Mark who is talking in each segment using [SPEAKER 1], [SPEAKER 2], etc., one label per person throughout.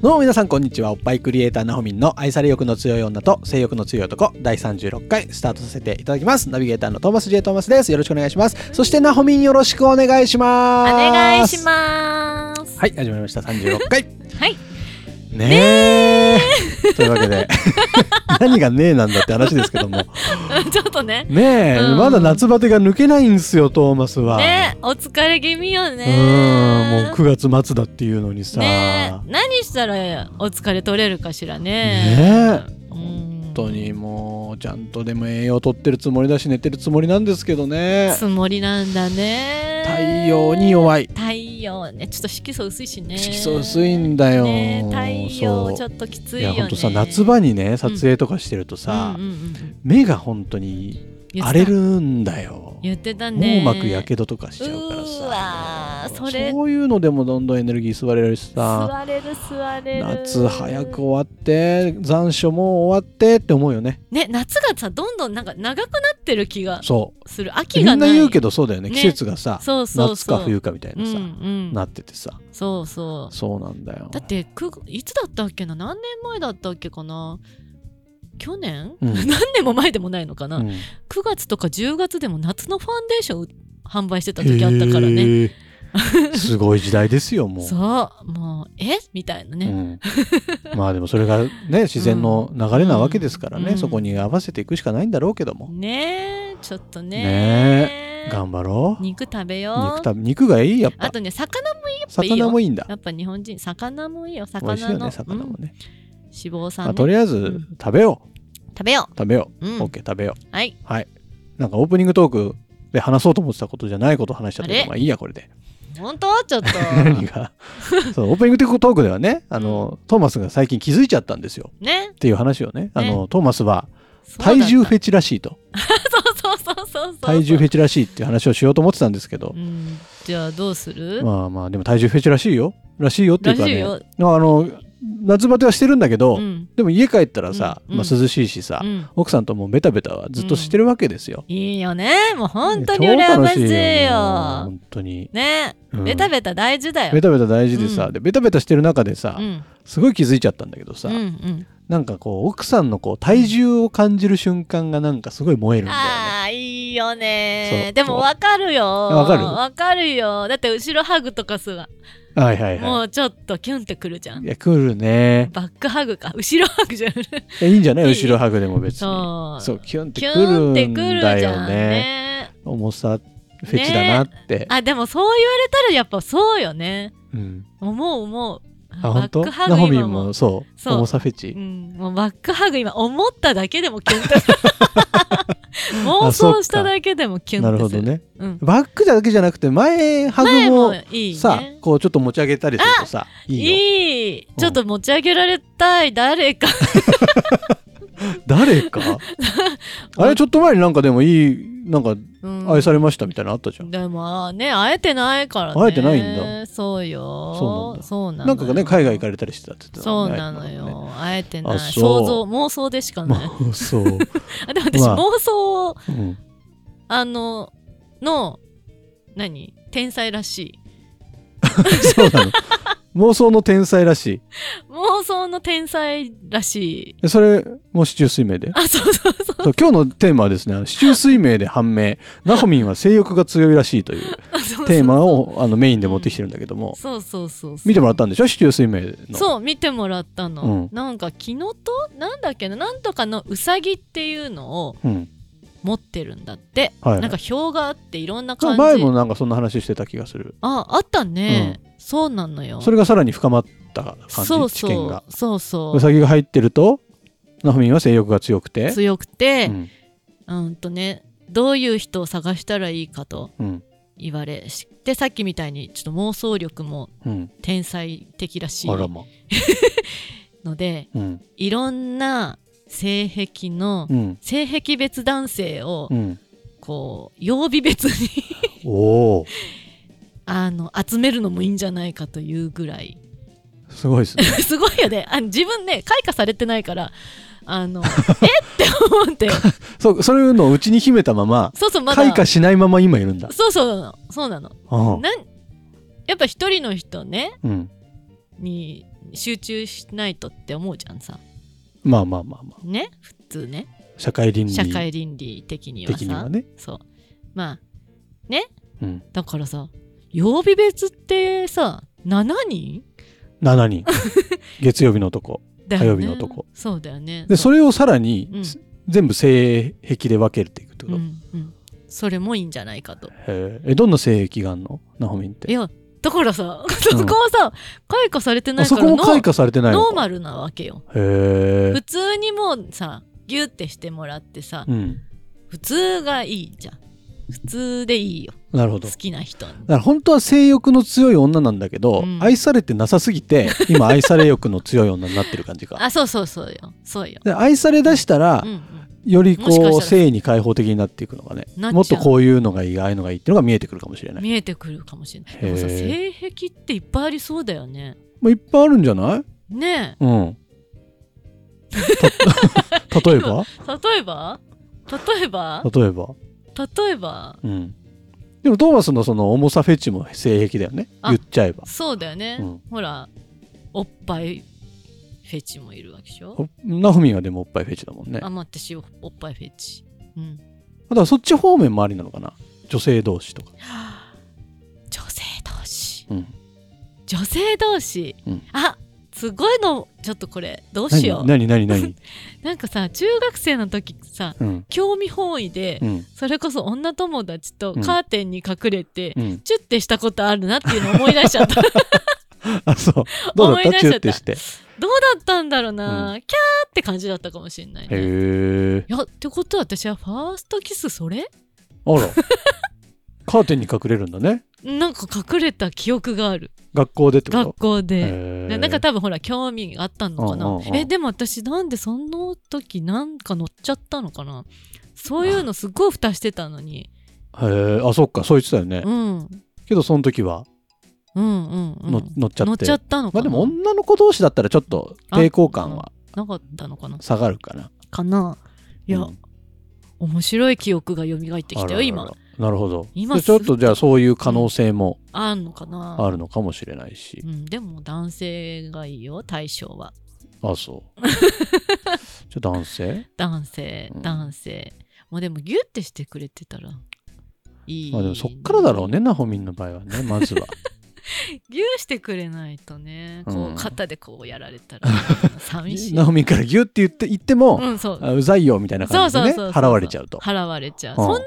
[SPEAKER 1] どうも皆さんこんにちはおっぱいクリエイターなほみんの愛され欲の強い女と性欲の強い男第36回スタートさせていただきますナビゲーターのトーマス J トーマスですよろしくお願いしますそしてなほみんよろしくお願いし
[SPEAKER 2] お
[SPEAKER 1] ます
[SPEAKER 2] 願いし
[SPEAKER 1] す
[SPEAKER 2] ます。
[SPEAKER 1] はい始まりました36回
[SPEAKER 2] はい。
[SPEAKER 1] ねえというわけで何がねえなんだって話ですけども
[SPEAKER 2] ちょっとね。
[SPEAKER 1] ねえ、
[SPEAKER 2] うん
[SPEAKER 1] まだ夏バテが抜けないんですよトーマスは、
[SPEAKER 2] ね、お疲れ気味よ
[SPEAKER 1] う
[SPEAKER 2] ね。
[SPEAKER 1] ーんもう9月末だっていうのにさ、
[SPEAKER 2] ね、何したらお疲れ取れるかしらね。
[SPEAKER 1] ねえ
[SPEAKER 2] 本
[SPEAKER 1] 本当にもうちゃんとでも栄養とってるつもりだし寝てるつもりなんですけどね
[SPEAKER 2] つもりなんだね。
[SPEAKER 1] 太陽に弱
[SPEAKER 2] い。
[SPEAKER 1] い
[SPEAKER 2] 太陽ね、ちょっと色素薄いしね。
[SPEAKER 1] 色素薄いんだよ、
[SPEAKER 2] ね、太陽ちょ
[SPEAKER 1] っ
[SPEAKER 2] っときつ
[SPEAKER 1] と
[SPEAKER 2] いよ
[SPEAKER 1] や
[SPEAKER 2] ね。
[SPEAKER 1] 本当さ夏場にね撮影とかしてるとさ、
[SPEAKER 2] うんうんうん
[SPEAKER 1] 目が本当に
[SPEAKER 2] 言って
[SPEAKER 1] 荒
[SPEAKER 2] た
[SPEAKER 1] れるんだよ
[SPEAKER 2] 言ってたね。
[SPEAKER 1] 網膜やけどとかしちゃうから
[SPEAKER 2] うーわ
[SPEAKER 1] さ
[SPEAKER 2] ーそれ
[SPEAKER 1] ういうのでもどんどんエネルギー吸われるしさ
[SPEAKER 2] 座れる座れる。
[SPEAKER 1] 夏早く終わって残暑も終わってって思うよね
[SPEAKER 2] ね、夏がさどんどんなんか長くなってる気が
[SPEAKER 1] そ
[SPEAKER 2] する
[SPEAKER 1] うみ
[SPEAKER 2] 秋
[SPEAKER 1] ん
[SPEAKER 2] が
[SPEAKER 1] な
[SPEAKER 2] ない
[SPEAKER 1] 言うけどそうだよね
[SPEAKER 2] ね
[SPEAKER 1] 季節がさ
[SPEAKER 2] そうそう
[SPEAKER 1] 夏
[SPEAKER 2] そう
[SPEAKER 1] か冬かみたいなさ、
[SPEAKER 2] うんうん、
[SPEAKER 1] なっててさ
[SPEAKER 2] そうそう
[SPEAKER 1] そうなんだよ
[SPEAKER 2] だってくいつだったっけな何年前だったっけかな去年、
[SPEAKER 1] うん
[SPEAKER 2] 何年も前でもないのかな、
[SPEAKER 1] うん
[SPEAKER 2] 9月とか10月でも夏のファンデーション販売してた時あったからね
[SPEAKER 1] へーすごい時代ですよもう
[SPEAKER 2] そうもうえみたいなね、
[SPEAKER 1] うんまあでもそれがね自然の流れなわけですからね、
[SPEAKER 2] うん
[SPEAKER 1] そこに合わせていくしかないんだろうけども、
[SPEAKER 2] ねえちょっとね
[SPEAKER 1] 頑張ろう
[SPEAKER 2] 肉食べよう
[SPEAKER 1] 肉た肉がいいやっ
[SPEAKER 2] あ
[SPEAKER 1] ぱ
[SPEAKER 2] とね魚もぱいいよ
[SPEAKER 1] 魚もいいんだ
[SPEAKER 2] やっぱ日本人魚もいいよ
[SPEAKER 1] 美
[SPEAKER 2] 魚
[SPEAKER 1] 味しいよ
[SPEAKER 2] の、
[SPEAKER 1] ね魚も
[SPEAKER 2] うん
[SPEAKER 1] ね、
[SPEAKER 2] 脂肪酸、
[SPEAKER 1] まあ、
[SPEAKER 2] ね
[SPEAKER 1] とりあえ
[SPEAKER 2] う
[SPEAKER 1] ず
[SPEAKER 2] ん
[SPEAKER 1] 食べよう
[SPEAKER 2] 食べよ
[SPEAKER 1] 食べよ
[SPEAKER 2] う、う
[SPEAKER 1] う、
[SPEAKER 2] ん、
[SPEAKER 1] OK 食べよう
[SPEAKER 2] はい
[SPEAKER 1] なんかオープニングトークで話そうと思ってたことじゃないことを話しちゃったけ
[SPEAKER 2] あ
[SPEAKER 1] ど
[SPEAKER 2] れ
[SPEAKER 1] まあいいやこれで
[SPEAKER 2] 本当 ちょっと
[SPEAKER 1] 何がそうオープニングトークではねあの、トーマスが最近気づいちゃったんですよ
[SPEAKER 2] ね
[SPEAKER 1] っていう話をねあのトーマスは体
[SPEAKER 2] そ
[SPEAKER 1] 重
[SPEAKER 2] うだ
[SPEAKER 1] フェチらしいと
[SPEAKER 2] った そうそうそうそうそう
[SPEAKER 1] 体重フェチらしいっていう話をしようと思ってたんですけど
[SPEAKER 2] う、んじゃあどうする、
[SPEAKER 1] まあまあでも体重フェチらしいよらしいよってい
[SPEAKER 2] ら
[SPEAKER 1] うか
[SPEAKER 2] しい
[SPEAKER 1] ね
[SPEAKER 2] よ、
[SPEAKER 1] まああの夏バテはしてるんだけど、
[SPEAKER 2] うん
[SPEAKER 1] でも家帰ったらさ、
[SPEAKER 2] うん
[SPEAKER 1] まあ、涼しいしさ、
[SPEAKER 2] うん、
[SPEAKER 1] 奥さんともベタベタはずっとしてるわけですよ。
[SPEAKER 2] いいよねもう本当に
[SPEAKER 1] 超
[SPEAKER 2] 羨
[SPEAKER 1] 楽
[SPEAKER 2] ましい
[SPEAKER 1] も
[SPEAKER 2] よ
[SPEAKER 1] う本当に、
[SPEAKER 2] ね、
[SPEAKER 1] うん
[SPEAKER 2] ベタベタ大事だよ
[SPEAKER 1] ベタベタ大事でさ、
[SPEAKER 2] うん
[SPEAKER 1] でベタベタしてる中でさ、
[SPEAKER 2] うん
[SPEAKER 1] すごい気づいちゃったんだけどさ、
[SPEAKER 2] うんうん
[SPEAKER 1] なんかこう奥さんのこう体重を感じる瞬間がなんかすごい燃えるんだよね。
[SPEAKER 2] あーいいよ
[SPEAKER 1] そう
[SPEAKER 2] ねでもわかるよ
[SPEAKER 1] わかる
[SPEAKER 2] わかるよだって後ろハグとかすら、
[SPEAKER 1] はいはい
[SPEAKER 2] も
[SPEAKER 1] は
[SPEAKER 2] うちょっとキュンってくるじゃ
[SPEAKER 1] い。
[SPEAKER 2] ん
[SPEAKER 1] いや来るね。
[SPEAKER 2] バックハグか後ろハグじ ゃん
[SPEAKER 1] いやいいんじゃない
[SPEAKER 2] いい
[SPEAKER 1] 後ろハグでも別に。
[SPEAKER 2] そう
[SPEAKER 1] そうキュンって
[SPEAKER 2] キ
[SPEAKER 1] く
[SPEAKER 2] ュンって
[SPEAKER 1] るん
[SPEAKER 2] くる
[SPEAKER 1] だ
[SPEAKER 2] じ
[SPEAKER 1] よ
[SPEAKER 2] ゃん
[SPEAKER 1] ね
[SPEAKER 2] ね
[SPEAKER 1] 重さフェチだなって、
[SPEAKER 2] あでもそう言われたらやっぱそうよね
[SPEAKER 1] うん、
[SPEAKER 2] 思う思う
[SPEAKER 1] あ本当
[SPEAKER 2] バックハ
[SPEAKER 1] ナホ
[SPEAKER 2] グ
[SPEAKER 1] ミ
[SPEAKER 2] 今
[SPEAKER 1] ン
[SPEAKER 2] も
[SPEAKER 1] もそう
[SPEAKER 2] そう
[SPEAKER 1] 重さフェ
[SPEAKER 2] う
[SPEAKER 1] チ、
[SPEAKER 2] ん、もうバックハグ今思っただけでもキュンとす る妄想しただけでもキュン
[SPEAKER 1] な
[SPEAKER 2] と
[SPEAKER 1] る
[SPEAKER 2] する
[SPEAKER 1] ほどね
[SPEAKER 2] うん、
[SPEAKER 1] バックだけじゃなくて前ハグ
[SPEAKER 2] 前
[SPEAKER 1] も
[SPEAKER 2] もいいね
[SPEAKER 1] さこうちょっと持ち上げたりするとさい
[SPEAKER 2] い
[SPEAKER 1] いよ
[SPEAKER 2] いちょっと持ち上げられたい誰か
[SPEAKER 1] 誰か あれちょっと前になんかでもいいなんか
[SPEAKER 2] うん
[SPEAKER 1] 愛されましたみたいなのあったじゃん、
[SPEAKER 2] でもね会えてないからね
[SPEAKER 1] 会えてないんだ
[SPEAKER 2] そうよ
[SPEAKER 1] そうなんだ
[SPEAKER 2] そうなの
[SPEAKER 1] な
[SPEAKER 2] よ
[SPEAKER 1] んかね海外行かれたりしてたって言ってた
[SPEAKER 2] そ
[SPEAKER 1] も
[SPEAKER 2] うん
[SPEAKER 1] ね
[SPEAKER 2] な
[SPEAKER 1] な
[SPEAKER 2] の
[SPEAKER 1] んかね
[SPEAKER 2] よ会えてな
[SPEAKER 1] あ
[SPEAKER 2] い
[SPEAKER 1] そう
[SPEAKER 2] 想像妄想でしかない、
[SPEAKER 1] まあそう、う
[SPEAKER 2] あ、でも私
[SPEAKER 1] まあ
[SPEAKER 2] 妄想を
[SPEAKER 1] ん、
[SPEAKER 2] あのの何天才らしい
[SPEAKER 1] そう なの妄想の天才らし
[SPEAKER 2] 妄想の天才らしい
[SPEAKER 1] いそれも市中水明で
[SPEAKER 2] あそうそうそう
[SPEAKER 1] そう今日のテーマはですねあの、市中水明で判明、ナホミンは性欲が強いらしいという
[SPEAKER 2] そうそうそう
[SPEAKER 1] テーマをあのメインで持ってきてるんだけども、
[SPEAKER 2] そうそうそうそう
[SPEAKER 1] 見てもらったんでしょ、市中水明の。
[SPEAKER 2] そう見てもらったの、
[SPEAKER 1] うん
[SPEAKER 2] なんかキノトなんだっけななんとかのウサギっていうのを
[SPEAKER 1] うん
[SPEAKER 2] 持ってるんだって、
[SPEAKER 1] はい
[SPEAKER 2] なんか表があっていろんな
[SPEAKER 1] そう
[SPEAKER 2] 感じ
[SPEAKER 1] 前もなんかそんな話してた気がする。
[SPEAKER 2] ああったね、そうなのよ
[SPEAKER 1] それがさらに深まった感じ、
[SPEAKER 2] そう
[SPEAKER 1] 知見が
[SPEAKER 2] そ。うそうそう
[SPEAKER 1] ウサギが入ってると、ナホミンは性欲が強くて。
[SPEAKER 2] 強く
[SPEAKER 1] う
[SPEAKER 2] て、
[SPEAKER 1] ん
[SPEAKER 2] うんとねどういう人を探したらいいかと
[SPEAKER 1] うん
[SPEAKER 2] 言われしてさっきみたいにちょっと妄想力も
[SPEAKER 1] うん。
[SPEAKER 2] 天才的らしい
[SPEAKER 1] あらま。
[SPEAKER 2] ので
[SPEAKER 1] うん。
[SPEAKER 2] いろんな性癖の
[SPEAKER 1] うん。
[SPEAKER 2] 性癖別男性を
[SPEAKER 1] うん。
[SPEAKER 2] こう曜日別に
[SPEAKER 1] おお。
[SPEAKER 2] あの集めるのもいいんじゃないかというぐらい
[SPEAKER 1] すごいですね。
[SPEAKER 2] すごいよねあの自分ね開花されてないから あのえって思って
[SPEAKER 1] そう、そういうのをうちに秘めたまま、
[SPEAKER 2] そうそうまだ
[SPEAKER 1] 開花しないまま今いるんだ。
[SPEAKER 2] そうそうそうなの
[SPEAKER 1] うん。
[SPEAKER 2] なんやっぱ一人の人ね
[SPEAKER 1] うん。
[SPEAKER 2] に集中しないとって思うじゃんさ
[SPEAKER 1] まあまあまあまあ。
[SPEAKER 2] ね普通ね
[SPEAKER 1] 社会倫理
[SPEAKER 2] 社会倫理的には
[SPEAKER 1] 的
[SPEAKER 2] さ
[SPEAKER 1] にはね。
[SPEAKER 2] そうまあ
[SPEAKER 1] うん。
[SPEAKER 2] だからさ曜日別ってさ7人
[SPEAKER 1] 7人。 月曜日の男。
[SPEAKER 2] だよね
[SPEAKER 1] 火曜日の男
[SPEAKER 2] そうだよね
[SPEAKER 1] で、それをさらに、
[SPEAKER 2] うん
[SPEAKER 1] 全部性癖で分けていくってこと。
[SPEAKER 2] う
[SPEAKER 1] へ
[SPEAKER 2] んうんそれもいいんじゃないかと
[SPEAKER 1] ええ、どんな性癖があんのナホミンっ
[SPEAKER 2] い
[SPEAKER 1] て。
[SPEAKER 2] やだからさそこはさ開花されてな
[SPEAKER 1] あ
[SPEAKER 2] いか
[SPEAKER 1] そ
[SPEAKER 2] ら
[SPEAKER 1] こも
[SPEAKER 2] ノ
[SPEAKER 1] 開
[SPEAKER 2] ー
[SPEAKER 1] 花されてないの
[SPEAKER 2] ノ
[SPEAKER 1] か
[SPEAKER 2] ーマルなわけよ
[SPEAKER 1] へえ
[SPEAKER 2] 普。通にもうさギュってしてもらってさ
[SPEAKER 1] うん。
[SPEAKER 2] 普通がいいじゃん普通でいいよ
[SPEAKER 1] なるほど
[SPEAKER 2] 好。きな人に
[SPEAKER 1] だから本当は性欲の強い女なんだけど、
[SPEAKER 2] うん
[SPEAKER 1] 愛されてなさすぎて今愛され欲の強い女になってる感じか
[SPEAKER 2] あそうそうそうよそうよ、
[SPEAKER 1] で愛されだしたら、
[SPEAKER 2] うんうん、
[SPEAKER 1] よりこ
[SPEAKER 2] もしかした
[SPEAKER 1] う
[SPEAKER 2] ら
[SPEAKER 1] 性に開放的になっていくのがね
[SPEAKER 2] なっちゃう
[SPEAKER 1] もっとこういうのがいいああいうのがいいっていうのが見えてくるかもしれない
[SPEAKER 2] 見えてくるかもしれない
[SPEAKER 1] へー
[SPEAKER 2] でもさ性癖っていっぱいありそうだよね
[SPEAKER 1] もういっぱいあるんじゃない
[SPEAKER 2] ねえ
[SPEAKER 1] うんた 例えば
[SPEAKER 2] 例えば例えば
[SPEAKER 1] 例えば
[SPEAKER 2] 例えば
[SPEAKER 1] うんでもトーマスのその重さフェチも性癖だよね
[SPEAKER 2] あ
[SPEAKER 1] 言っちゃえば
[SPEAKER 2] そうだよね、
[SPEAKER 1] うん
[SPEAKER 2] ほらおっぱいフェチもいるわけでしょ
[SPEAKER 1] おナフミンはでもおっぱいフェチだもんね
[SPEAKER 2] あまあ私おおっぱいフェチうん
[SPEAKER 1] だからそっち方面もありなのかな女性同士とか
[SPEAKER 2] 女性同士
[SPEAKER 1] うん
[SPEAKER 2] 女性同士、
[SPEAKER 1] うん
[SPEAKER 2] あすごいのちょっとこれどうしよう
[SPEAKER 1] 何何何何
[SPEAKER 2] なんかさ中学生の時さ
[SPEAKER 1] うん
[SPEAKER 2] 興味本位で、
[SPEAKER 1] うん
[SPEAKER 2] それこそ女友達と
[SPEAKER 1] うん
[SPEAKER 2] カーテンに隠れて、
[SPEAKER 1] うん、
[SPEAKER 2] チュッてしたことあるなっていうの思い出しちゃっ たどう
[SPEAKER 1] あそうどうだっ
[SPEAKER 2] 思い
[SPEAKER 1] た
[SPEAKER 2] 出し
[SPEAKER 1] チ
[SPEAKER 2] ち
[SPEAKER 1] ュ
[SPEAKER 2] ゃ
[SPEAKER 1] ッ
[SPEAKER 2] った
[SPEAKER 1] てしてへ
[SPEAKER 2] だったんだろうな、キャーって感じだったかもしれない、ね、
[SPEAKER 1] え
[SPEAKER 2] いやってことは私はファーストキスそれ
[SPEAKER 1] あ らカーテンに隠れるんだね
[SPEAKER 2] なんか隠れた記憶がある
[SPEAKER 1] 学校でってこと
[SPEAKER 2] 学校で、
[SPEAKER 1] へ
[SPEAKER 2] な
[SPEAKER 1] え
[SPEAKER 2] なんか多分ほら興味があったのかな、
[SPEAKER 1] うんうんうん
[SPEAKER 2] えでも私なんでその時なんか乗っちゃったのかなそういうのすごい蓋してたのに、
[SPEAKER 1] へえあそっかそう言ってたよね、
[SPEAKER 2] うん、うん
[SPEAKER 1] けどその時は
[SPEAKER 2] うんうん
[SPEAKER 1] の、乗っちゃって
[SPEAKER 2] 乗っちゃったのか
[SPEAKER 1] まあ
[SPEAKER 2] な
[SPEAKER 1] でも女の子同士だったらちょっと抵抗感は
[SPEAKER 2] なかったのかな
[SPEAKER 1] 下がるかな
[SPEAKER 2] かないや、
[SPEAKER 1] うん
[SPEAKER 2] 面白い記憶が蘇ってき
[SPEAKER 1] あ
[SPEAKER 2] た
[SPEAKER 1] ら
[SPEAKER 2] よ
[SPEAKER 1] ら
[SPEAKER 2] 今
[SPEAKER 1] なるほど
[SPEAKER 2] 今
[SPEAKER 1] でちょっとじゃあそういう可能性も
[SPEAKER 2] あんのかな
[SPEAKER 1] あるのかもしれないし
[SPEAKER 2] う、ん、でも男性がいいよ対象は
[SPEAKER 1] あそう ちょっと男性
[SPEAKER 2] 男性
[SPEAKER 1] うん
[SPEAKER 2] 男性、もうでもギュッてしてくれてたらいい
[SPEAKER 1] まあでもそっからだろうね
[SPEAKER 2] ね
[SPEAKER 1] ナホミンの場合は ねまずは
[SPEAKER 2] ギューしてくれないとねこ
[SPEAKER 1] うん
[SPEAKER 2] う肩でこうやられたら 寂しい
[SPEAKER 1] ナホミンからギュッて言って言っても、
[SPEAKER 2] うんそう
[SPEAKER 1] あうざいよみたいな感じでね
[SPEAKER 2] そうそうそうそう
[SPEAKER 1] 払われちゃうと、
[SPEAKER 2] 払われちゃう、
[SPEAKER 1] うん
[SPEAKER 2] そんな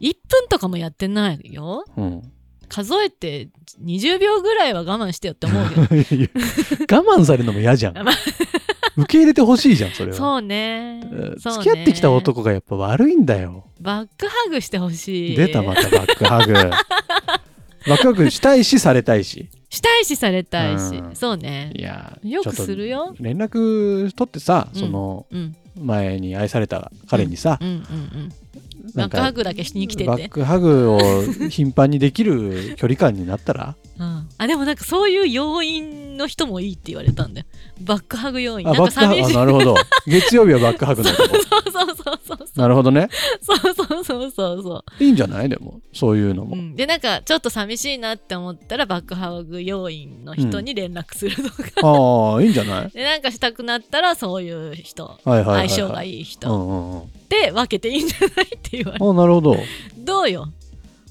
[SPEAKER 2] に1分とかもやってないよ
[SPEAKER 1] うん、
[SPEAKER 2] 数えて20秒ぐらいは我慢してよって思うけど
[SPEAKER 1] いやいや我慢されるのも嫌 じゃん
[SPEAKER 2] ま
[SPEAKER 1] 受け入れてほしいじゃんそれは
[SPEAKER 2] そうね
[SPEAKER 1] えー
[SPEAKER 2] そう
[SPEAKER 1] 付
[SPEAKER 2] ね
[SPEAKER 1] き合ってきた男がやっぱ悪いんだよ
[SPEAKER 2] バックハグしてほしい
[SPEAKER 1] 出たまたバックハグ バックハグしたいしされたいし
[SPEAKER 2] したいしされたいし、
[SPEAKER 1] うん
[SPEAKER 2] そうね
[SPEAKER 1] いや
[SPEAKER 2] よく
[SPEAKER 1] ちょっと
[SPEAKER 2] するよ
[SPEAKER 1] 連絡取ってさ、
[SPEAKER 2] うん
[SPEAKER 1] その
[SPEAKER 2] うん
[SPEAKER 1] 前に愛された彼にさ、
[SPEAKER 2] うんうんうん
[SPEAKER 1] な
[SPEAKER 2] バ
[SPEAKER 1] ん
[SPEAKER 2] ッ
[SPEAKER 1] か
[SPEAKER 2] クハグだけしに来て
[SPEAKER 1] バ
[SPEAKER 2] っ
[SPEAKER 1] ッ
[SPEAKER 2] て、
[SPEAKER 1] クハグを頻繁にできる距離感になったら
[SPEAKER 2] うん、あでもなんかそういう要因の人もいいって言われたんだよバックハグ要員
[SPEAKER 1] あ
[SPEAKER 2] なん
[SPEAKER 1] バッ
[SPEAKER 2] か
[SPEAKER 1] クハグ
[SPEAKER 2] 寂し
[SPEAKER 1] あ
[SPEAKER 2] い
[SPEAKER 1] なるほど月曜日はバックハグの男
[SPEAKER 2] そうそうそうそう
[SPEAKER 1] なるほどね
[SPEAKER 2] そうそうそうそうそ
[SPEAKER 1] いいんじゃないでもそういうの
[SPEAKER 2] う、う
[SPEAKER 1] も、
[SPEAKER 2] ん、でなんかちょっと寂しいなって思ったらバックハグ要員の人に連絡するとか、
[SPEAKER 1] ああいいんじゃない
[SPEAKER 2] でなんかしたくなったらそういう人
[SPEAKER 1] はいはいはい、はい、
[SPEAKER 2] 相性が
[SPEAKER 1] い
[SPEAKER 2] いい人
[SPEAKER 1] うんうんうん、あ
[SPEAKER 2] で分けていいんじゃないって言われる
[SPEAKER 1] なるほど
[SPEAKER 2] どうよ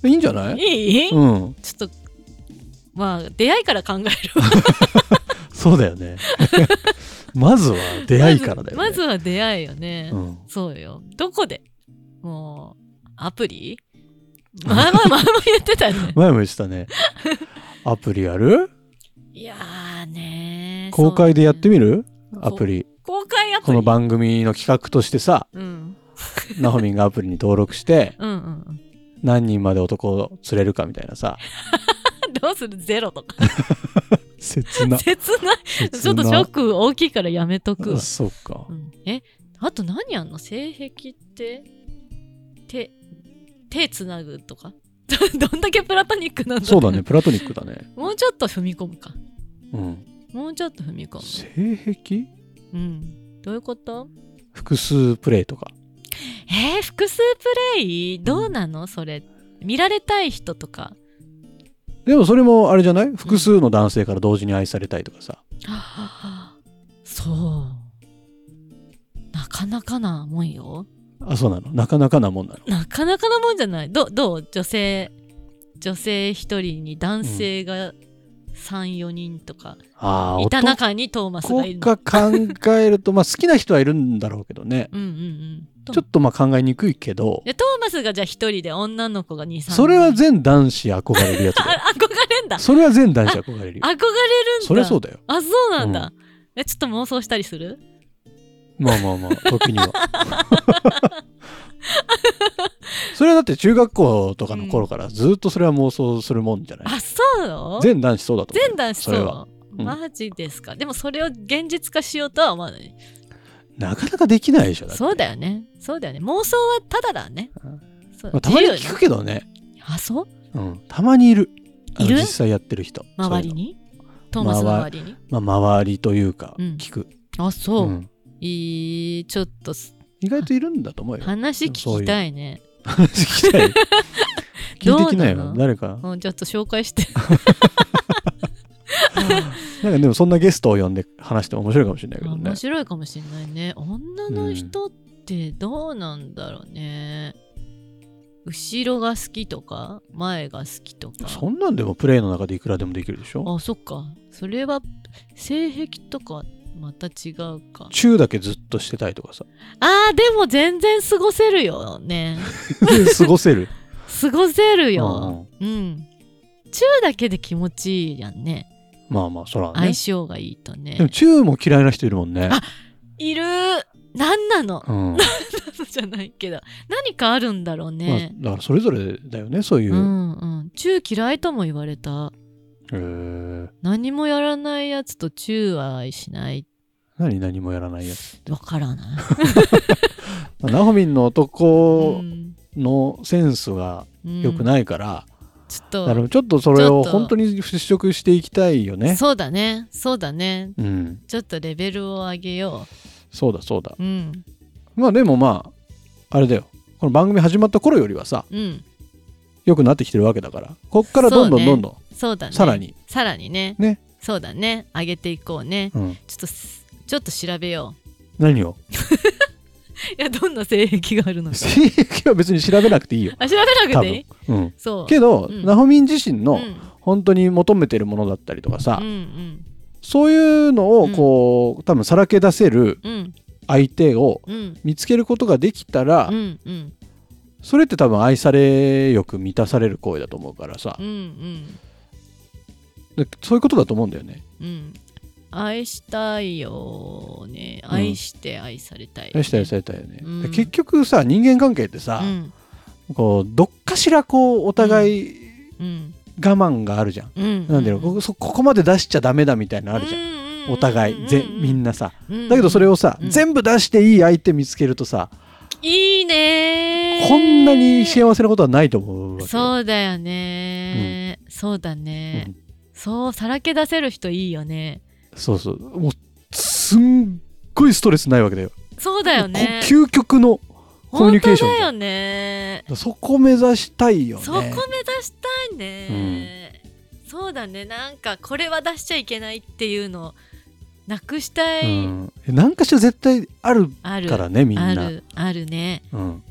[SPEAKER 1] いいんじゃない
[SPEAKER 2] いい、
[SPEAKER 1] うん
[SPEAKER 2] ちょっとまあ出会いから考えるわ
[SPEAKER 1] そうだよね まずは出会いからだよね
[SPEAKER 2] まずまずは出会いよね、
[SPEAKER 1] うん
[SPEAKER 2] そうよどこでもうアプリまあまあまあまあ言ってたよね
[SPEAKER 1] 前も言ってたねアプリやる
[SPEAKER 2] いやーねー
[SPEAKER 1] 公開でやってみる
[SPEAKER 2] う
[SPEAKER 1] アプリ
[SPEAKER 2] 公開アプリ
[SPEAKER 1] この番組の企画としてさ
[SPEAKER 2] うん
[SPEAKER 1] ナホミンがアプリに登録して
[SPEAKER 2] うんうんうん
[SPEAKER 1] 何人まで男を釣れるかみたいなさ
[SPEAKER 2] どうするゼロとか。
[SPEAKER 1] 切な
[SPEAKER 2] 切ない。
[SPEAKER 1] 切な
[SPEAKER 2] ちょっとショック大きいからやめとくわ。
[SPEAKER 1] そうか
[SPEAKER 2] うん、え、あと何やんの性癖って、手、手つなぐとか どんだけプラトニックなんだ
[SPEAKER 1] そうだね。プラトニックだね
[SPEAKER 2] もうちょっと踏み込むか。
[SPEAKER 1] うん
[SPEAKER 2] もうちょっと踏み込む。
[SPEAKER 1] 性癖
[SPEAKER 2] うん。どういうこと
[SPEAKER 1] 複数プレイとか
[SPEAKER 2] えー、複数プレイどうなのそれ。見られたい人とか。
[SPEAKER 1] でもそれもあれじゃない複数の男性から同時に愛されたいとかさ、
[SPEAKER 2] そう。なかなかなもんよ。
[SPEAKER 1] あそうなのなかなかなもんなの
[SPEAKER 2] なかなかなもんじゃない。どどう女性、女性一人に男性が3、4人とか、
[SPEAKER 1] ああ
[SPEAKER 2] いた
[SPEAKER 1] 男
[SPEAKER 2] 中にトーマスがいる
[SPEAKER 1] か
[SPEAKER 2] の。
[SPEAKER 1] 考えるとまあ好きな人はいるんだろうけどね
[SPEAKER 2] うんうんうん。
[SPEAKER 1] ちょっとまあ考えにくいけど
[SPEAKER 2] でトーマスがじゃあ一人で女の子が2、3
[SPEAKER 1] それは全男子憧れるやつだよ
[SPEAKER 2] あ憧れんだ。
[SPEAKER 1] それは全男子憧れるよ
[SPEAKER 2] 憧れるんだ。
[SPEAKER 1] そりゃそうだよ
[SPEAKER 2] あ、そうなんだ。え、ちょっと妄想したりする
[SPEAKER 1] まあまあまあ、時に は。それはだって中学校とかの頃からずっとそれは妄想するもんじゃない、
[SPEAKER 2] あ、そうなの
[SPEAKER 1] 全男子そうだと思う
[SPEAKER 2] 全男子そう
[SPEAKER 1] それはうん
[SPEAKER 2] マジですか。でもそれを現実化しようとは思わない。
[SPEAKER 1] なかなかできないでしょだって
[SPEAKER 2] そうだよね。そうだよね。妄想はただだね
[SPEAKER 1] うん。
[SPEAKER 2] そう
[SPEAKER 1] まあたまに
[SPEAKER 2] 自由
[SPEAKER 1] 聞くけどね、
[SPEAKER 2] あ、そう
[SPEAKER 1] うん、たまにいるあの
[SPEAKER 2] いる
[SPEAKER 1] 実際やってる人
[SPEAKER 2] 周りにトーマスの周りに
[SPEAKER 1] そういうのまあ、周りというか
[SPEAKER 2] うん
[SPEAKER 1] 聞く、
[SPEAKER 2] あ、そう。
[SPEAKER 1] うん
[SPEAKER 2] いい、ちょっとす
[SPEAKER 1] 意外といるんだと思うよ
[SPEAKER 2] 話聞きたいね。
[SPEAKER 1] 聞きたい 聞いてきな
[SPEAKER 2] どうな
[SPEAKER 1] よ
[SPEAKER 2] の
[SPEAKER 1] 誰か
[SPEAKER 2] うん、ちょっと紹介して。
[SPEAKER 1] なんかでもそんなゲストを呼んで話しても面白いかもしれないけどね
[SPEAKER 2] 面白いかもしれないね。女の人ってどうなんだろうね。後ろが好きとか、前が好きとか。
[SPEAKER 1] そんなんでもプレイの中でいくらでもできるでしょ
[SPEAKER 2] あ、そっか。それは、性癖とか、また違うか。
[SPEAKER 1] チューだけずっとしてたいと かさ
[SPEAKER 2] あー、でも全然過ごせるよね。
[SPEAKER 1] 過ごせる
[SPEAKER 2] 過ごせる
[SPEAKER 1] うん
[SPEAKER 2] よ。
[SPEAKER 1] うん
[SPEAKER 2] うん。チューだけで気持ちいいやんね。
[SPEAKER 1] まあまあそらね
[SPEAKER 2] 相性がいいとね
[SPEAKER 1] でも。チューも嫌いな人いるもんね
[SPEAKER 2] あいるなんなの
[SPEAKER 1] うん、ま
[SPEAKER 2] じゃないけど。何かあるんだろう
[SPEAKER 1] あ
[SPEAKER 2] ね。
[SPEAKER 1] だからそれぞれだよねそういうう、
[SPEAKER 2] んうん。チュー嫌いとも言われた。
[SPEAKER 1] えー、
[SPEAKER 2] 何もやらないやつとチューは愛しない。
[SPEAKER 1] 何何もやらないやつ
[SPEAKER 2] わからない。
[SPEAKER 1] ナホミンの
[SPEAKER 2] う
[SPEAKER 1] 男
[SPEAKER 2] ん
[SPEAKER 1] のセンスが
[SPEAKER 2] うん
[SPEAKER 1] 良くないから、
[SPEAKER 2] ちょっ
[SPEAKER 1] だか
[SPEAKER 2] と。
[SPEAKER 1] らちょっとそれを
[SPEAKER 2] ちょっと
[SPEAKER 1] 本当に払拭していきたいよね
[SPEAKER 2] そうだね。そうだね。
[SPEAKER 1] うん
[SPEAKER 2] ちょっとレベルを上げよ
[SPEAKER 1] そうだそうだ
[SPEAKER 2] う。うん。
[SPEAKER 1] まあでもまああれだよこの番組始まった頃よりはさ
[SPEAKER 2] うん。
[SPEAKER 1] 良くなってきてるわけだからこっからどんどんどんどん、
[SPEAKER 2] そうだね。
[SPEAKER 1] さら。に、
[SPEAKER 2] さらにね。
[SPEAKER 1] ね
[SPEAKER 2] そうだね。上げていこうね。
[SPEAKER 1] うん、
[SPEAKER 2] ちょっとす、ちょっと調べよ
[SPEAKER 1] 何を
[SPEAKER 2] う。いや、どんな性癖があるのか。
[SPEAKER 1] 性癖は別に調べなくていいよ
[SPEAKER 2] あ、調べ
[SPEAKER 1] 多
[SPEAKER 2] なくてい
[SPEAKER 1] 分う
[SPEAKER 2] い、
[SPEAKER 1] ん、
[SPEAKER 2] そう。
[SPEAKER 1] けど、
[SPEAKER 2] うん
[SPEAKER 1] ナホミン自身の
[SPEAKER 2] うん
[SPEAKER 1] 本当に求めてるものだったりとかさ、
[SPEAKER 2] うん
[SPEAKER 1] そういうのをこう、多分さらけ出せる
[SPEAKER 2] うんうん
[SPEAKER 1] 相手を
[SPEAKER 2] うん
[SPEAKER 1] 見つけることができたら、
[SPEAKER 2] うんうん
[SPEAKER 1] それって多分愛され欲満たされる行為だと思うからさ
[SPEAKER 2] う、ん
[SPEAKER 1] でそういうことだと思うんだよね
[SPEAKER 2] うん愛したいよね
[SPEAKER 1] ん
[SPEAKER 2] 愛して愛されたい、ね
[SPEAKER 1] 愛して愛されたいよね、
[SPEAKER 2] うん
[SPEAKER 1] で結局さ人間関係ってさ、
[SPEAKER 2] うん
[SPEAKER 1] こうどっかしらこうお互い
[SPEAKER 2] うん
[SPEAKER 1] 我慢があるじゃん、
[SPEAKER 2] うん
[SPEAKER 1] なんだろうここそここまで出しちゃダメだみたいなのあるじゃん、
[SPEAKER 2] ゃ
[SPEAKER 1] お互いぜみん
[SPEAKER 2] な
[SPEAKER 1] なさだ
[SPEAKER 2] だ
[SPEAKER 1] けどそれをさ、
[SPEAKER 2] うん
[SPEAKER 1] 全部出していい相手見つけるとさ、
[SPEAKER 2] いいねー
[SPEAKER 1] こんなに幸せなことはないと思うわけよ
[SPEAKER 2] そうだよねー、そうだね、
[SPEAKER 1] うん
[SPEAKER 2] そうさらけ出せる人いいよね
[SPEAKER 1] そうそうもうすんごいストレスないわけだよ
[SPEAKER 2] そうだよね
[SPEAKER 1] こ究極のコミュニケーション
[SPEAKER 2] 本当
[SPEAKER 1] じ
[SPEAKER 2] だ
[SPEAKER 1] ゃ
[SPEAKER 2] よ
[SPEAKER 1] ん
[SPEAKER 2] ね
[SPEAKER 1] そこ目指したいよね
[SPEAKER 2] そこ目指したいね、そうだねなんかこれは出しちゃいけないっていうのをなくした
[SPEAKER 1] う
[SPEAKER 2] い、
[SPEAKER 1] ん、なんかしら絶対ある
[SPEAKER 2] ある
[SPEAKER 1] からねみん
[SPEAKER 2] あ
[SPEAKER 1] な、
[SPEAKER 2] るあるね
[SPEAKER 1] うん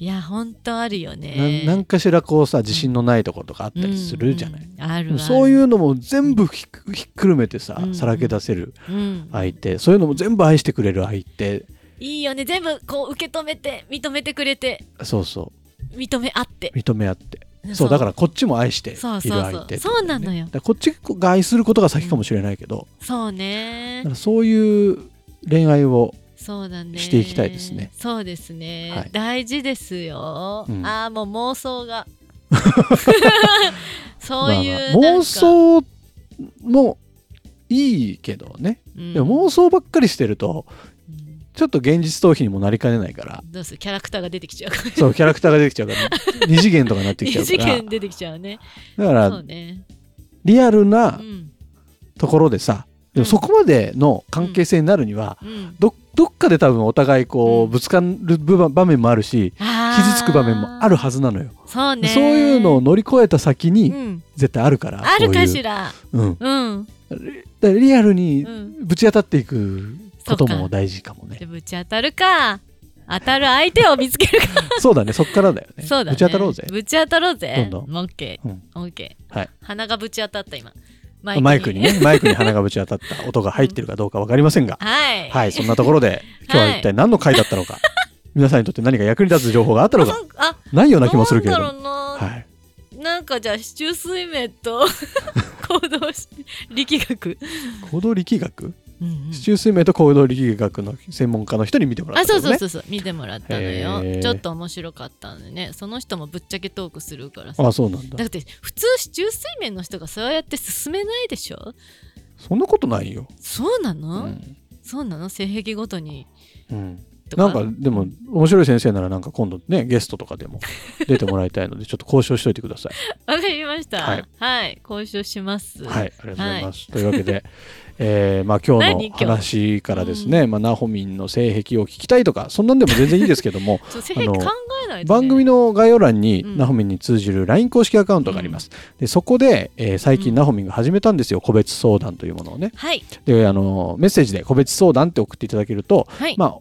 [SPEAKER 2] いやほんとあるよね
[SPEAKER 1] ななんかしらこうさ自信のないところとかあったりするじゃない、
[SPEAKER 2] うんうんあるある
[SPEAKER 1] そういうのも全部ひっひっくるめてさ、
[SPEAKER 2] うん
[SPEAKER 1] さらけ出せる
[SPEAKER 2] うん
[SPEAKER 1] 相手そういうのも全部愛してくれる相手
[SPEAKER 2] いいよね全部こう受け止めて認めてくれて
[SPEAKER 1] そうそ
[SPEAKER 2] 認め合って
[SPEAKER 1] う認め合ってそうだからこっちも愛している
[SPEAKER 2] そう
[SPEAKER 1] 相手
[SPEAKER 2] そうそう
[SPEAKER 1] って
[SPEAKER 2] そうなのよ
[SPEAKER 1] だからこっちが愛することが先かもしれないけど、
[SPEAKER 2] そ
[SPEAKER 1] だ
[SPEAKER 2] うね
[SPEAKER 1] からそういう恋愛を
[SPEAKER 2] そうだね
[SPEAKER 1] していきたいですね
[SPEAKER 2] そうですね、
[SPEAKER 1] はい
[SPEAKER 2] 大事ですよ、
[SPEAKER 1] うん
[SPEAKER 2] ああもう妄想がそういう
[SPEAKER 1] まあまあ
[SPEAKER 2] なん
[SPEAKER 1] 妄
[SPEAKER 2] か
[SPEAKER 1] 想もいいけどね、
[SPEAKER 2] うん
[SPEAKER 1] でも妄想ばっかりしてると
[SPEAKER 2] うん
[SPEAKER 1] ちょっと現実逃避にもなりかねないから
[SPEAKER 2] どうするキャラクターが出てきちゃうから
[SPEAKER 1] そうキャラクターが出てきちゃうから 二次元とかになってきちゃ
[SPEAKER 2] 二
[SPEAKER 1] うか
[SPEAKER 2] 次
[SPEAKER 1] ら
[SPEAKER 2] 元出てきちゃうね
[SPEAKER 1] だか
[SPEAKER 2] そう
[SPEAKER 1] ら
[SPEAKER 2] ね
[SPEAKER 1] リアル
[SPEAKER 2] う
[SPEAKER 1] なんところでさでもそこまでの関係性になるには
[SPEAKER 2] うん
[SPEAKER 1] どどっかで多分お互いこ
[SPEAKER 2] う
[SPEAKER 1] うんぶつかる部分場面もあるし傷
[SPEAKER 2] 傷
[SPEAKER 1] つく場面もあるはずなのよ
[SPEAKER 2] そうね
[SPEAKER 1] そういうのを乗り越えた先
[SPEAKER 2] う
[SPEAKER 1] に
[SPEAKER 2] ん
[SPEAKER 1] 絶対あるから
[SPEAKER 2] あるかし
[SPEAKER 1] ら
[SPEAKER 2] ら
[SPEAKER 1] うん
[SPEAKER 2] うん
[SPEAKER 1] だからリアルに
[SPEAKER 2] うん
[SPEAKER 1] ぶち当たっていくことも大事かもね
[SPEAKER 2] でぶち当たるか当たる相手を見つけるか
[SPEAKER 1] そうだねそっからだよね
[SPEAKER 2] そうだね
[SPEAKER 1] ぶち当たろうぜ
[SPEAKER 2] ぶち当たろうぜ
[SPEAKER 1] どんどん
[SPEAKER 2] オッケ
[SPEAKER 1] う
[SPEAKER 2] ー
[SPEAKER 1] ん
[SPEAKER 2] オッケー
[SPEAKER 1] はい
[SPEAKER 2] 鼻がぶち当たった今マ
[SPEAKER 1] マイクにねマイクに鼻がぶち当たった音が入ってるかどうか分かりませんが
[SPEAKER 2] はい
[SPEAKER 1] はいそんなところで今日は一体何の回だったのか皆さんにとって何か役に立つ情報があったのか
[SPEAKER 2] あ
[SPEAKER 1] ないよう
[SPEAKER 2] な
[SPEAKER 1] な
[SPEAKER 2] 気
[SPEAKER 1] 気
[SPEAKER 2] も
[SPEAKER 1] も
[SPEAKER 2] す
[SPEAKER 1] す
[SPEAKER 2] る
[SPEAKER 1] る
[SPEAKER 2] け
[SPEAKER 1] け
[SPEAKER 2] ど
[SPEAKER 1] れ
[SPEAKER 2] な
[SPEAKER 1] ど
[SPEAKER 2] んだろうな、
[SPEAKER 1] はい
[SPEAKER 2] なんかじゃあ市中水面と 行動し力学、
[SPEAKER 1] 行動力学
[SPEAKER 2] うんうん
[SPEAKER 1] 市中水明と行動力学の専門家の人に見てもら
[SPEAKER 2] あ
[SPEAKER 1] ったの
[SPEAKER 2] そうそう
[SPEAKER 1] ね
[SPEAKER 2] そうそう見てもらったの
[SPEAKER 1] へ
[SPEAKER 2] よ
[SPEAKER 1] ー
[SPEAKER 2] ちょっと面白かったんでねその人もぶっちゃけトークするからさ
[SPEAKER 1] あそうなんだ
[SPEAKER 2] だって普通市中水面の人がそうやって進めないでしょ
[SPEAKER 1] そんなことないよ
[SPEAKER 2] そうな
[SPEAKER 1] う
[SPEAKER 2] の、
[SPEAKER 1] ん
[SPEAKER 2] そうなの性癖ごとに
[SPEAKER 1] うん
[SPEAKER 2] と
[SPEAKER 1] なんかでも面白い先生ならなんか今度ねゲストとかでも 出てもらいたいのでちょっと交渉しといてくだ さい
[SPEAKER 2] わかりました
[SPEAKER 1] は
[SPEAKER 2] はいい、交渉します
[SPEAKER 1] はいありがとうございます、というわけで、えーまあ、今日の
[SPEAKER 2] 何今日
[SPEAKER 1] 話からですね、まあ、ナホミンの性癖を聞きたいとかそんなんでも全然いいですけども
[SPEAKER 2] ちょっと性癖
[SPEAKER 1] あの
[SPEAKER 2] 考えないと、ね、
[SPEAKER 1] 番組の概要欄に、
[SPEAKER 2] うん
[SPEAKER 1] ナホミンに通じる LINE 公式アカウントがあります、でそこで、えー最近
[SPEAKER 2] うん
[SPEAKER 1] ナホミンが始めたんですよ個別相談というものをね
[SPEAKER 2] はい
[SPEAKER 1] であのメッセージで個別相談って送っていただけると、
[SPEAKER 2] はい、
[SPEAKER 1] まあ、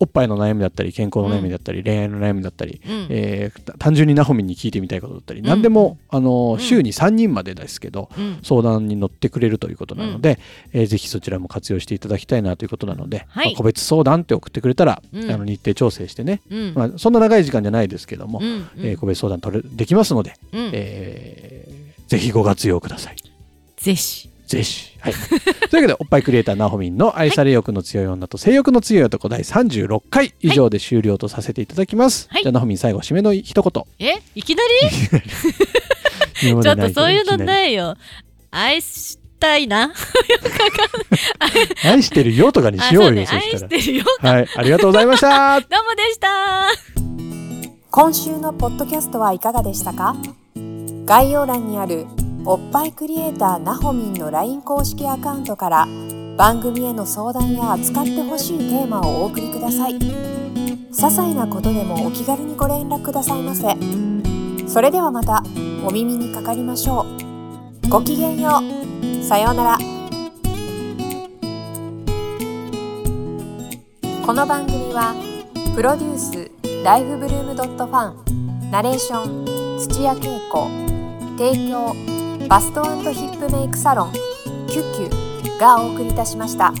[SPEAKER 1] おっぱいの悩みだったり健康の悩みだったり、恋愛の悩みだったり、
[SPEAKER 2] うん
[SPEAKER 1] えーた単純にナホミンに聞いてみたいことだったり、
[SPEAKER 2] うん
[SPEAKER 1] 何でもあの
[SPEAKER 2] うん
[SPEAKER 1] 週に3人までですけど、
[SPEAKER 2] うん
[SPEAKER 1] 相談に乗ってくれるということなので、えーぜひそちらも活用していただきたいなということなので、
[SPEAKER 2] はい
[SPEAKER 1] まあ個別相談って送ってくれたら、
[SPEAKER 2] うん
[SPEAKER 1] あの日程調整してね、
[SPEAKER 2] うん
[SPEAKER 1] まあ、そんな長い時間じゃないですけども、
[SPEAKER 2] うんうん
[SPEAKER 1] えー個別相談取れできますので、
[SPEAKER 2] うん
[SPEAKER 1] えーぜひご活用ください。
[SPEAKER 2] ぜひ
[SPEAKER 1] ぜひ。 はい、というわけで、おっぱいクリエイターなほみんの愛され欲の強い女と性欲の強い男第36回以上で終了とさせていただきます。
[SPEAKER 2] はい
[SPEAKER 1] じゃあなほみん最後締めの一言。
[SPEAKER 2] えいきなり
[SPEAKER 1] ちょ
[SPEAKER 2] ちょっとそういうの
[SPEAKER 1] い。
[SPEAKER 2] ないよ。愛したいな。
[SPEAKER 1] 愛してるよとかに
[SPEAKER 2] あ
[SPEAKER 1] しようよ、
[SPEAKER 2] ね。
[SPEAKER 1] そ
[SPEAKER 2] 愛
[SPEAKER 1] した
[SPEAKER 2] し
[SPEAKER 1] ら。
[SPEAKER 2] てるよ。
[SPEAKER 1] はい、ありがとうございました。
[SPEAKER 2] どうもでした。
[SPEAKER 3] 今週のポッドキャストはいかがでしたか概要欄にあるおっぱいクリエイターなほみんの LINE 公式アカウントから番組への相談や扱ってほしいテーマをお送りください些細なことでもお気軽にご連絡くださいませそれではまたお耳にかかりましょうごきげんようさようならこの番組は「プロデュースライフブルームドットファンナレーション土屋恵子提供バストヒップメイクサロン「キュッキュ」がお送りいたしました。